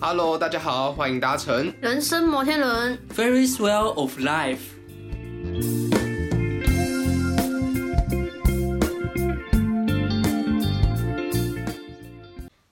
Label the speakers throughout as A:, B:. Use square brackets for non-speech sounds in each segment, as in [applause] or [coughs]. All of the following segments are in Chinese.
A: Hello，大家好，欢迎搭乘
B: 人生摩天轮，
C: Very swell of life。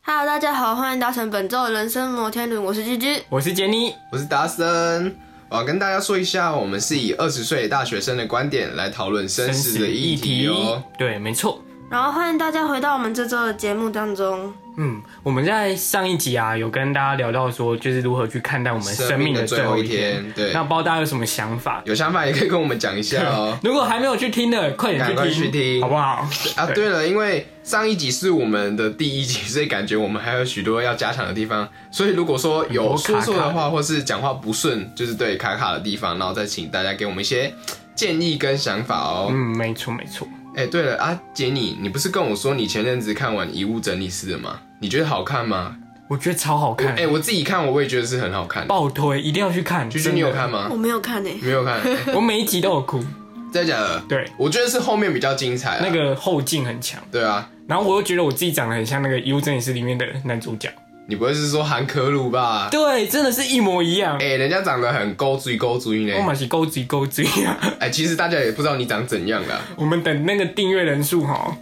B: Hello，大家好，欢迎搭乘本周的人生摩天轮，我是居居。
D: 我是杰尼，
A: 我是达森。我要跟大家说一下，我们是以二十岁大学生的观点来讨论绅士的议题哦。
D: 对，没错。
B: 然后欢迎大家回到我们这周的节目当中。
D: 嗯，我们在上一集啊，有跟大家聊到说，就是如何去看待我们生命的最后
A: 生命的最后一
D: 一
A: 天
D: 天。
A: 对
D: 那不知道大家有什么想法？。
A: 有想法也可以跟我们讲一下 [laughs] 哦
D: 如果还没有去听的，快点
A: 赶快去
D: 去
A: 听
D: 好不好？
A: 啊，对了，因为上一集是我们的第一集，所以感觉我们还有许多要加强的地方。所以如果说有说错的
D: 很多卡
A: 话，或是讲话不顺，就是对卡卡的地方，然后再请大家给我们一些建议跟想法哦。
D: 嗯，没错，没错。
A: 哎、对了啊，杰尼，你不是跟我说你前阵子看完《遗物整理师》的吗？你觉得好看吗？
D: 我觉得超好
A: 我
D: 看
A: 哎、，我自己看我也觉得是很好看的。
D: 爆推，一定要去看。
A: 菊
D: 真
A: 菊，
D: 的
A: 你有看？吗
B: 我？没有看呢、欸
A: 没有看，哎
D: 我每一集都有哭。
A: 真的假的？
D: [laughs] 对，
A: 我觉得是后面比较精彩啊。
D: 那个后劲很强。
A: 对啊，
D: 然后我又觉得我自己长得很像那个《幽真也是》里面的男主角。
A: 你不会是说韩科鲁吧？
D: 对，真的是一模一样。
A: 哎、人家长得很勾追勾追呢
D: 我。马是勾嘴勾嘴啊！ [laughs]
A: 哎、其实大家也不知道你长怎样啦。
D: 我们等那个订阅人数哈，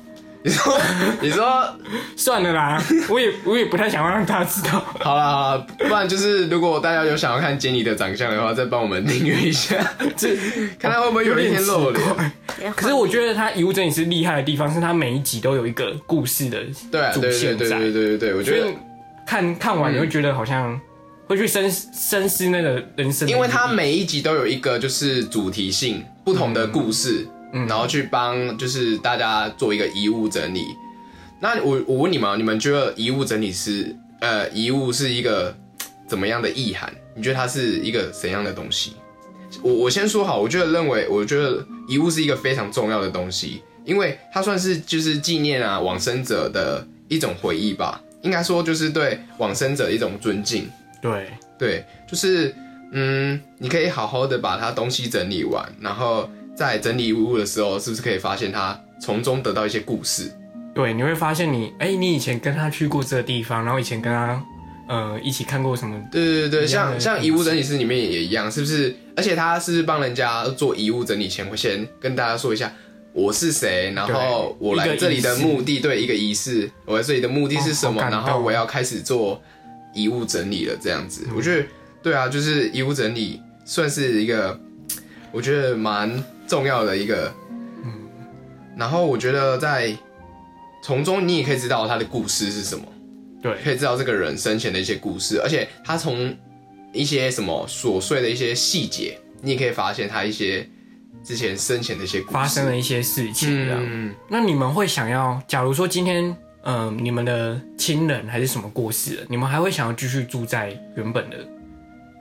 A: 你说，你说，
D: 算
A: [laughs]
D: 了啦，我也我也不太想要让大家知道。
A: 好啦好啦，不然就是如果大家有想要看杰尼的长相的话，再帮我们订阅一下，
D: 这
A: 看他会不 [laughs] 会有一天露脸。
D: 脸。可是我觉得他《遗物整理师》厉害的地方是，他每一集都有一个故事的
A: 对啊，
D: 主
A: 对对
D: 线
A: 对
D: 在，
A: 对对对对，我
D: 所
A: 觉得
D: 以看看完你会觉得好像会去深深思那个人生的意义，
A: 因为它每一集都有一个就是主题性不同的故事，然后去帮就是大家做一个遗物整理。那我我问你们啊，你们觉得遗物整理师呃遗物是一个怎么样的意涵？你觉得它是一个怎样的东西？我我先说好，我觉得认为我觉得遗物是一个非常重要的东西，因为它算是就是纪念啊往生者的一种回忆吧，应该说就是对往生者的一种尊敬。
D: 对
A: 对，就是嗯，你可以好好的把它东西整理完，然后在整理遗物的时候，是不是可以发现它从中得到一些故事？
D: 对，你会发现你哎、你以前跟他去过这个地方，然后以前跟他呃一起看过什么，
A: 对对对对，
D: 一样
A: 像
D: 的
A: 像
D: 故
A: 遗物整
D: 事
A: 理师里面也一样，是不是？而且他是不是帮人家做遗物整理前，会先跟大家说一下。我是谁？然后
D: 对
A: 我
D: 一
A: 来
D: 个
A: 这里的
D: 仪式
A: 目的，对一个仪式，我来这里的目的是
D: 哦
A: 什
D: 好
A: 么？
D: 感
A: 然后
D: 动嗯
A: 我要开始做遗物整理了，这样子。我觉得，对啊，就是遗物整理算是一个我觉得蛮重要的一个，
D: 嗯
A: 然后我觉得在从中你也可以知道他的故事是什么，
D: 对
A: 可以知道这个人生前的一些故事，而且他从一些什么琐碎的一些细节，你也可以发现他一些之前生前的一些故事
D: 发生了一些事情这样。
A: 嗯，
D: 那你们会想要，假如说今天，嗯、你们的亲人还是什么过世了，你们还会想要继续住在原本的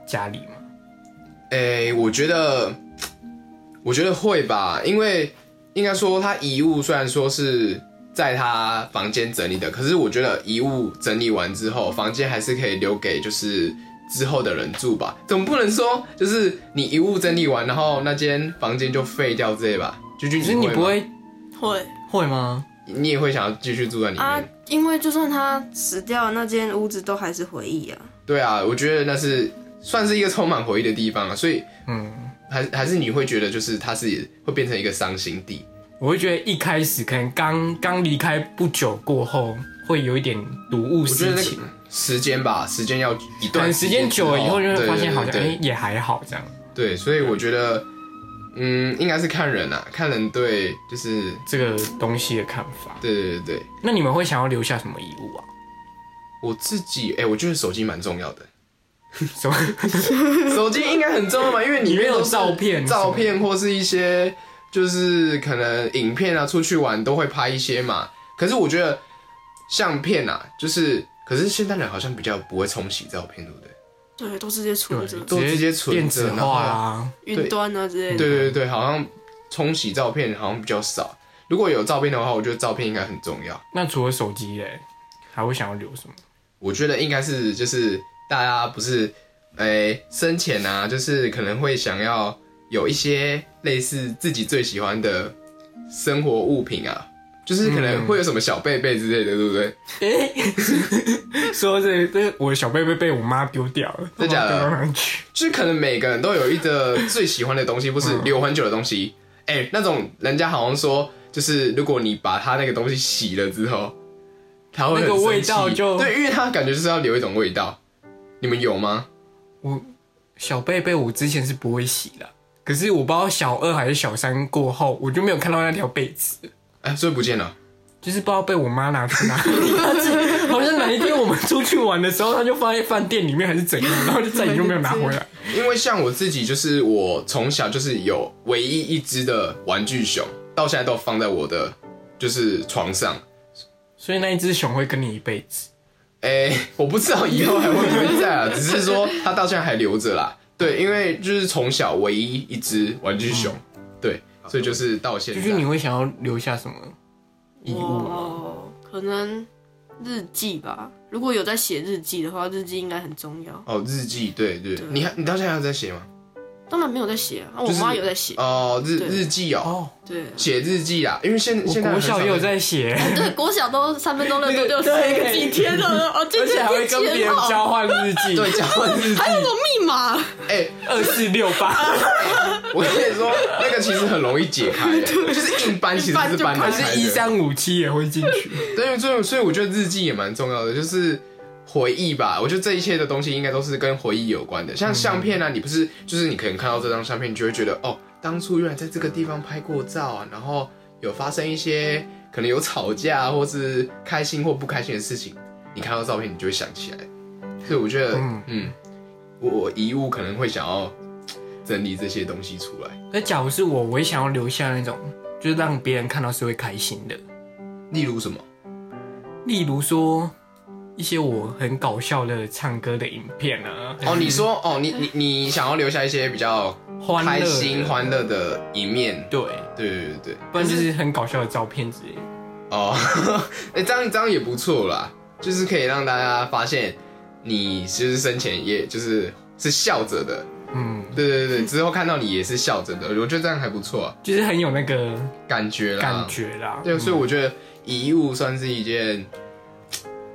D: 家里吗？
A: 诶、我觉得，我觉得会吧，因为应该说他遗物虽然说是在他房间整理的，可是我觉得遗物整理完之后，房间还是可以留给就是之后的人住吧。总不能说就是你遗物整理完，然后那间房间就废掉之类吧？就就
D: 可是你不，会
B: 会
D: 会吗？
A: 你也会想要继续住在里面？
B: 啊，因为就算他死掉了，那间屋子都还是回忆啊。
A: 对啊，我觉得那是算是一个充满回忆的地方啊，所以
D: 嗯，
A: 还还是你会觉得就是它是会变成一个伤心地。
D: 我会觉得一开始可能刚刚离开不久过后，会有一点睹物
A: 我觉得
D: 思
A: 那
D: 情
A: 个。时间吧，时间要一
D: 可
A: 段
D: 能时间久了以后，就会发现好像哎、
A: 对对对
D: 也还好这样。
A: 对对，所以我觉得，嗯，应该是看人啊，看人对，就是
D: 这个东西的看法，
A: 对对对对，
D: 那你们会想要留下什么遗
A: [laughs]
D: 物啊？
A: 我自己哎、我觉得手机蛮重要的，
D: 什么？
A: [laughs] 手机应该很重要嘛，因为里面都是
D: 里面有照片
A: 照片或是一些就是可能影片啊，出去玩都会拍一些嘛。可是我觉得相片啊，就是可是现代人好像比较不会冲洗照片，对不对？
B: 对，都直接存
D: 对，
B: 着，
A: 都直接存着
D: 电子化啦、
B: 云端啊之类的。
A: 对对对，好像冲洗照片好像比较少。如果有照片的话，我觉得照片应该很重要。
D: 那除了手机嘞，还会想要留什么？
A: 我觉得应该是就是大家不是，诶、生前啊，就是可能会想要有一些类似自己最喜欢的生活物品啊，就是可能会有什么小贝贝之类的，对不对？
D: 说这这我的小贝贝被我妈丢掉了，
A: 真假的
D: 我妈丢到哪里去
A: 就是可能每个人都有一个最喜欢的东西，或
D: 嗯
A: 是留很久的东西。哎、那种人家好像说，就是如果你把他那个东西洗了之后，他会很
D: 那个
A: 生
D: 味
A: 气
D: 道就
A: 对，因为他感觉就是要留一种味道。你们有吗？
D: 我小贝贝我之前是不会洗的，可是我不知道小二还是小三过后，我就没有看到那条被子了，
A: 哎、所以不见了。
D: 就是不知道被我妈拿去哪里。好像哪一天我们出去玩的时候，她就放在饭店里面还是怎样，然后就再也就没有拿回来。
A: 因为像我自己，就是我从小就是有唯一一只的玩具熊，到现在都放在我的就是床上。
D: 所以那一只熊会跟你一辈子。
A: 哎、我不知道以后还会不会在啊，只是说它到现在还留着啦。对，因为就是从小唯一一只玩具熊，对，所以就是到现
D: 就
A: 在。
D: 是你会想要留下什么遗物吗？
B: 哦，可能日记吧。如果有在写日记的话，日记应该很重要。
A: 哦，日记，对对，
B: 对
A: 你还你到现在还有在写吗？
B: 当然没有在写啊，啊我
A: 就是
B: 妈有在写。
A: 哦，日
B: 对
A: 日记哦，
D: 哦，
B: 对 [coughs] 啊，
A: 写日记啦，因为现
D: 我
A: 现在
D: 国
A: 很少
D: 小也有
A: [laughs]
D: 在写， [laughs]
B: 对，国小都三分钟热度就
D: 对
B: 写个几天了，哦，今
D: 而且
B: 天
D: 还会
B: 天
D: 跟
B: 气
D: 别人
B: 很好，
D: 交换日记，
A: 对交换日
D: [laughs]
A: 记。
B: 还有我密码，
A: 哎、
D: 二四六
A: [laughs]
D: 八。
A: 我跟你说，那个其实很容易解开、
D: [laughs]
A: 欸，就是硬搬其实是搬得开
D: 还
A: 的。
D: 是一三五七也会进去。
A: 对，所以所以我觉得日记也蛮重要的，就是回忆吧。我觉得这一切的东西应该都是跟回忆有关的，
D: 嗯
A: 像相片啊，你不是就是你可能看到这张相片，你就会觉得哦，当初原来在这个地方拍过照啊，然后有发生一些可能有吵架啊或是开心或不开心的事情，你看到照片你就会想起来。所以我觉得，嗯
D: 嗯
A: 我我遗物可能会想要整理这些东西出来，
D: 那假如是我，我也想要留下那种，就是让别人看到是会开心的。
A: 例如什么
D: 例如说，一些我很搞笑的唱歌的影片啊，
A: 哦，你说哦，你你你想要留下一些比较
D: 欢乐
A: 开
D: 的
A: 心欢乐的一面，
D: 对，
A: 对对对对，
D: 不然就是很搞笑的照片之类的。
A: 哦， [laughs] 哎、这样这样也不错啦，就是可以让大家发现你就是生前也就是是笑着的，
D: 嗯，
A: 对对对，之后看到你也是笑着的，我觉得这样还不错、啊，
D: 就是很有那个
A: 感觉啦，
D: 感，觉啦。
A: 对，所以
D: 嗯
A: 我觉得遗物算是一件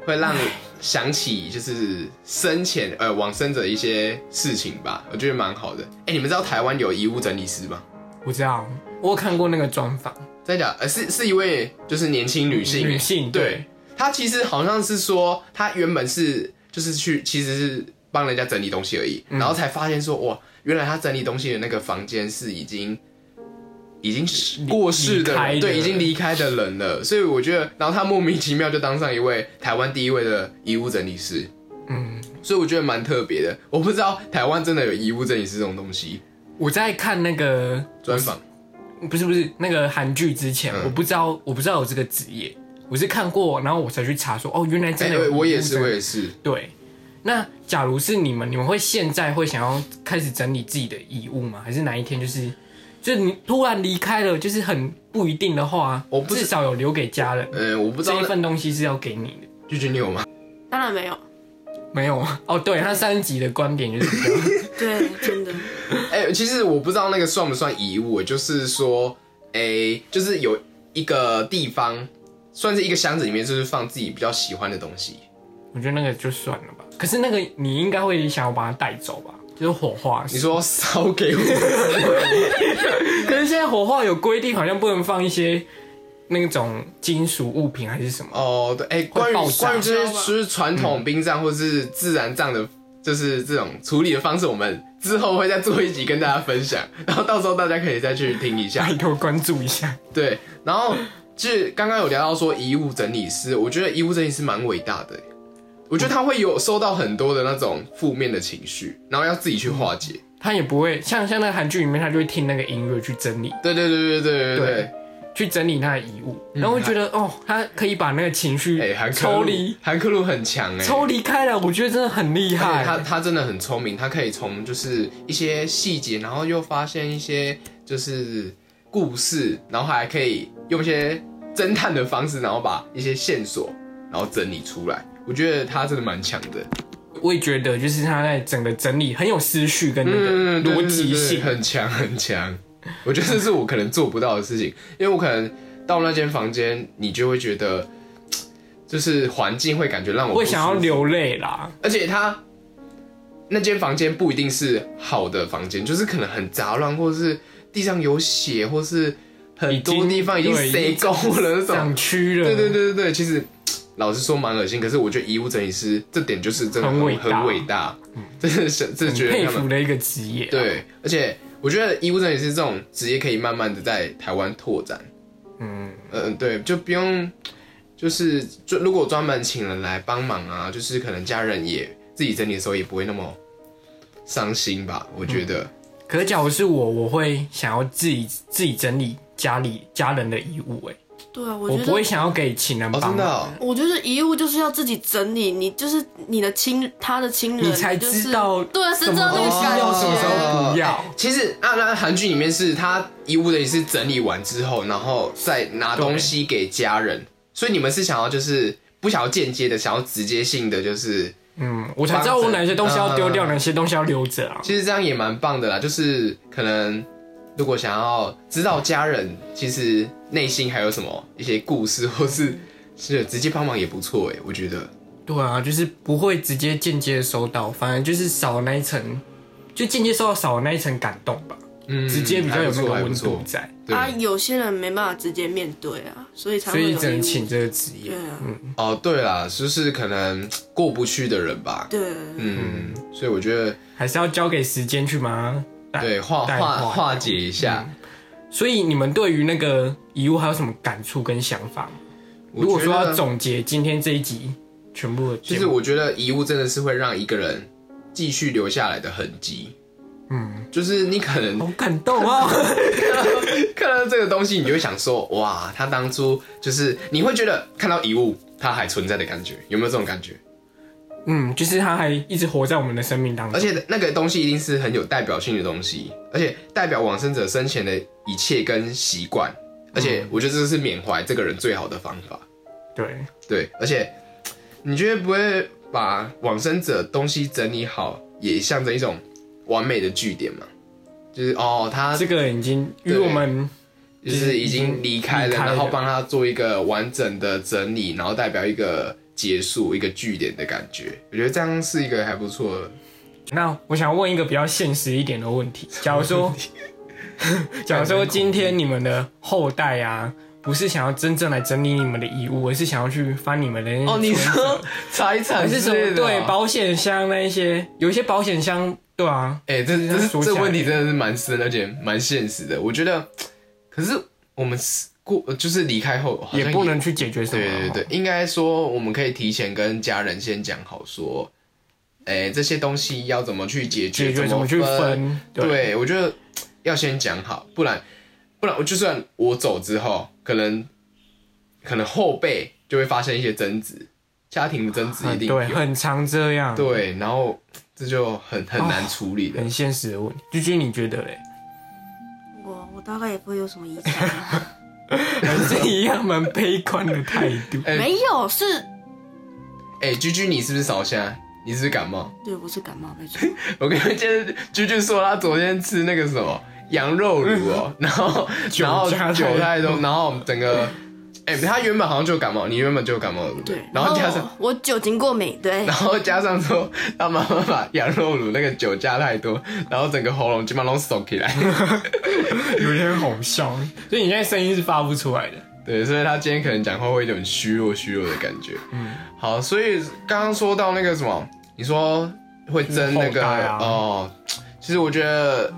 A: 会让想起就是生前呃往生者的一些事情吧，我觉得蛮好的。哎、你们知道台湾有遗物整理师吗？
D: 我知道，我有看过那个专访，
A: 真的假的，呃，是是一位就是年轻女性，
D: 女性
A: 对，她其实好像是说，她原本是就是去其实是帮人家整理东西而已，然后才发现说，哇，原来她整理东西的那个房间是已经已经是过世的
D: 离开
A: 人，
D: 的
A: 对，已经离开的人了，所以我觉得，然后她莫名其妙就当上一位台湾第一位的遗物整理师，
D: 嗯，
A: 所以我觉得蛮特别的。我不知道台湾真的有遗物整理师这种东西
D: 我在看那个
A: 专访
D: 不是不是那个韩剧之前，
A: 嗯
D: 我不知道我不知道有这个职业，我是看过，然后我才去查说，哦，原来
A: 哎、
D: 真的有、
A: 我也是，我也是。
D: 对。那假如是你们，你们会现在会想要开始整理自己的遗物吗？还是哪一天就是，就是你突然离开了，就是很不一定的话，
A: 我不是
D: 至少有留给家人，
A: 呃，我不知
D: 这
A: 道
D: 一份东西是要给你的。
A: 拒绝你有吗？
B: 当然没有，
D: 没有啊？哦，对，他三集的观点就是
A: [laughs]
D: 这样
B: 对，真的，
A: 哎、其实我不知道那个算不算遗物，就是说，哎、就是有一个地方，算是一个箱子里面，就是放自己比较喜欢的东西。
D: 我觉得那个就算了吧。可是那个你应该会想要把它带走吧？就是火化的时候，
A: 你说烧
D: [laughs]
A: 给我，
D: 可是现在火化有规定，好像不能放一些那种金属物品还是什么。
A: 哦，对，哎、关于
D: 会爆炸嗯
A: 关于这些就是传统殡葬或是自然葬的，就是这种处理的方式，我们之后会再做一集跟大家分享，然后到时候大家可以再去听一下
D: 拜。托关注一下，
A: 对，然后就是刚刚有聊到说遗物整理师，我觉得遗物整理师蛮伟大的欸，我觉得他会有收到很多的那种负面的情绪，然后要自己去化解。
D: 他也不会像像那个韩剧里面，他就会听那个音乐去整理，
A: 对对对对对对对
D: 对去整理他的遗物，然后会觉得、哦，他可以把那个情绪
A: 对，哎，韩克
D: 抽
A: 鲁
D: 离，
A: 韩克鲁很强哎，
D: 抽离开了，我觉得真的很
A: 而
D: 厉
A: 且他
D: 害。
A: 他真的很聪明，他可以从就是一些细节，然后又发现一些就是故事，然后还可以用一些侦探的方式，然后把一些线索然后整理出来。我觉得他真的蛮强的。
D: 我也觉得就是他在整个整理很有思绪跟那个
A: 嗯，对
D: 逻
A: 对
D: 辑
A: 对
D: 性，
A: 很强很强。我觉得这是我可能做不到的事情，因为我可能到那间房间，你就会觉得，嘖就是环境会感觉让我不
D: 会想要
A: 舒服，
D: 流泪啦。
A: 而且它那间房间不一定是好的房间，就是可能很杂乱，或者是地上有血，或是很
D: 已
A: 多
D: 经
A: 地方已经
D: 对
A: 塞够了那种
D: 长。蛆了，
A: 对对，对对对，其实嘖老实说蛮恶心，可是我觉得遗物整理师这点就是真的
D: 很伟大
A: 很伟大，真的是真的
D: 很
A: 觉得
D: 佩
A: 他们
D: 服的一个职业。，
A: 对，而且我觉得医务整理师这种职业可以慢慢的在台湾拓展。
D: 嗯，
A: 嗯、对，就不用，就是就如果专门请人来帮忙啊，就是可能家人也自己整理的时候也不会那么伤心吧？我觉得，
D: 可是假如是我，我会想要自己自己整理家里家人的遗物、哎，
B: 对啊，我
D: 我
B: 觉
D: 不会
B: 得。
D: 想要给请人
A: 哦，
D: 嗯帮忙、
A: 真的、哦，
B: 我觉得遗物就是要自己整理，你就是你的亲，他的亲人，
D: 你才
B: 就是
D: 知道
B: 对啊，是知道那
D: 东
B: 个
D: 西
B: 感
D: 要什么时
B: 觉。
D: 候不要
A: 哦哎其实啊，那韩剧里面是他遗物整理师整理完之后，然后再拿东西给家人，所以你们是想要就是不想要间接的，想要直接性的，就是
D: 嗯，我才知道我哪些东西要丢掉，
A: 嗯
D: 哪些东西要留着啊。
A: 其实这样也蛮棒的啦，就是可能如果想要知道家人其实内心还有什么一些故事，或是是直接帮忙也不错哎，我觉得。
D: 对啊，就是不会直接间接收到，反而就是少了那一层，就间接收到少了那一层感动吧，
A: 嗯，
D: 直接比较有那个
A: 还不
D: 温
A: 错
D: 度。在，
A: 还不错
B: 啊，有些人没办法直接面对啊，所以才
D: 所
B: 会有
D: 以
B: 遗物
D: 只能请这个职业
B: 对。啊，
A: 对哦，对啦，就是可能过不去的人吧。
B: 对，
A: 嗯，所以我觉得
D: 还是要交给时间去嘛。
A: 对化
D: 带嗯
A: 化
D: 化
A: 化解一下。
D: 所以你们对于那个遗物还有什么感触跟想法吗？
A: 我
D: 如果说
A: 觉得
D: 要总结今天这一集全部的
A: 其
D: 节
A: 实
D: 目，
A: 我觉得遗物真的是会让一个人继续留下来的痕迹。嗯，就是你可能
D: 好感动
A: [laughs]
D: 啊！
A: 看到这个东西，你就会想说，哇，他当初就是你会觉得看到遗物它还存在的感觉，有没有这种感觉？
D: 嗯，就是他还一直活在我们的生命当
A: 而
D: 中。
A: 且那个东西一定是很有代表性的东西，而且代表往生者生前的一切跟习惯，而且我觉得这是缅怀这个人最好的方法。
D: 对，
A: 对，而且你觉得不会把往生者东西整理好，也象征一种完美的据点吗？就是哦，他
D: 这个人已经与
A: 对
D: 我们
A: 就是已经离开了，
D: 离开了
A: 然后帮他做一个完整的整理，然后代表一个结束、一个据点的感觉。我觉得这样是一个还不错的。
D: 那我想问一个比较现实一点的问题：假如说， [laughs] 假如说今天你们的后代啊，不是想要真正来整理你们的遗物，而是想要去翻哦你们的
A: 哦
D: 那些存折
A: 财
D: 还
A: 产
D: 是什么？对，
A: 包？
D: 保险箱那一些，有一些保险箱，对啊，
A: 哎、这
D: 这
A: 这
D: 样
A: 是
D: 说起
A: 这
D: 来
A: 问题真的是蛮深，而且蛮现实的。我觉得，可是我们是过就是离开后好像
D: 也不能啊去解决什么。
A: 对对对，应该说我们可以提前跟家人先讲好说，哎、这些东西要怎么去解决，
D: 解决怎
A: 么
D: 么去
A: 分。
D: 分？
A: 对，我觉得要先讲好，不然不然，我就算我走之后，可能可能后辈就会发生一些争执，家庭的争执一
D: 嗯
A: 定有，
D: 对，很常这样，，
A: 对然后这就很很难处理的。
D: 很现实的问题。居居，你觉得嘞？
B: 我我大概也不会有什么遗产啊、
D: [laughs] 还是一样蛮悲观的态
A: [laughs]
D: 度。
A: 哎
B: 没有，是
A: 哎、居居，你是不是烧香？你是不是感冒？
B: 对，我是感冒没错。
A: 我跟你讲，居居说他昨天吃那个什么羊肉炉
D: [laughs]
A: 哦，然后然后
D: 韭菜
A: 韭菜都，然后整个，哎、他原本好像就感冒，你原本就感冒，对不对？
D: [laughs]
B: 对，
A: 然后加上
B: 我酒精过敏，对
A: 然，后加上说他妈妈把羊肉卤那个酒加太多，然后整个喉咙基本上都收起来。
D: [laughs] 有点好笑，所以你现在声音是发不出来的。
A: 对，所以他今天可能讲话会有点虚弱虚弱的感觉。嗯，好，所以刚刚说到那个什么，你说会争那
D: 就是
A: 个、
D: 后代啊
A: 哦，其实我觉得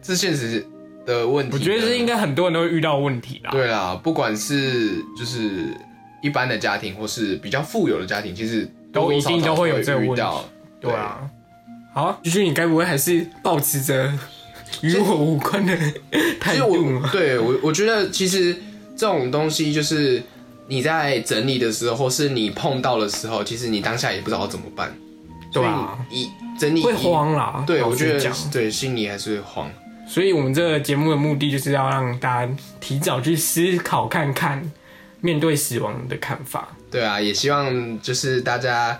A: 这现实的问题，
D: 我觉得是应。该很多人都会遇到问题啦。，
A: 对啦，不管是就是一般的家庭，或是比较富有的家庭，其实
D: 都一定都会有这个
A: 遇
D: 问题
A: 到。
D: 对啊。好，居居，你该不会还是保持着与我无关的态
A: 其实
D: 度
A: 我
D: 吗？ [laughs]
A: 对我我觉得其实这种东西就是你在整理的时候，或是你碰到的时候，其实你当下也不知道怎么办，
D: 对啊，
A: 一整理
D: 会
A: 一
D: 慌啦。
A: 对，
D: 老
A: 我
D: 实
A: 觉得
D: 讲，
A: 对心里还是会慌。
D: 所以我们这个节目的目的就是要让大家提早去思考看看面对死亡的看法。
A: 对啊，也希望就是大家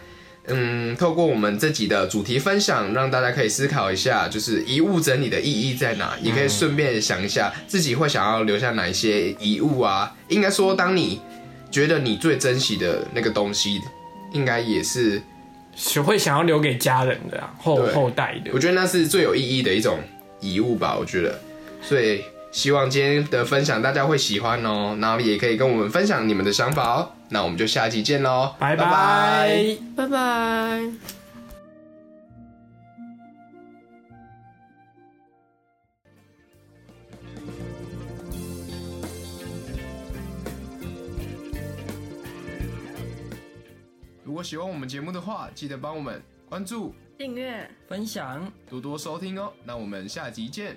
A: 嗯，透过我们这集的主题分享，让大家可以思考一下，就是遗物整理的意义在
D: 嗯
A: 哪？也可以顺便想一下自己会想要留下哪一些遗物啊。应该说，当你觉得你最珍惜的那个东西，应该也是
D: 学会想要留给家人的、啊、后
A: 对
D: 后代的
A: 我。觉得那是最有意义的一种遗物吧，我觉得。所以希望今天的分享大家会喜欢哦，然后也可以跟我们分享你们的想法哦。那我们就下期见喽，
D: 拜拜
B: 拜拜。
A: 如果喜欢我们节目的话，记得帮我们关注、
B: 订阅。
C: 分享。
A: 多多收听哦。那我们下集见，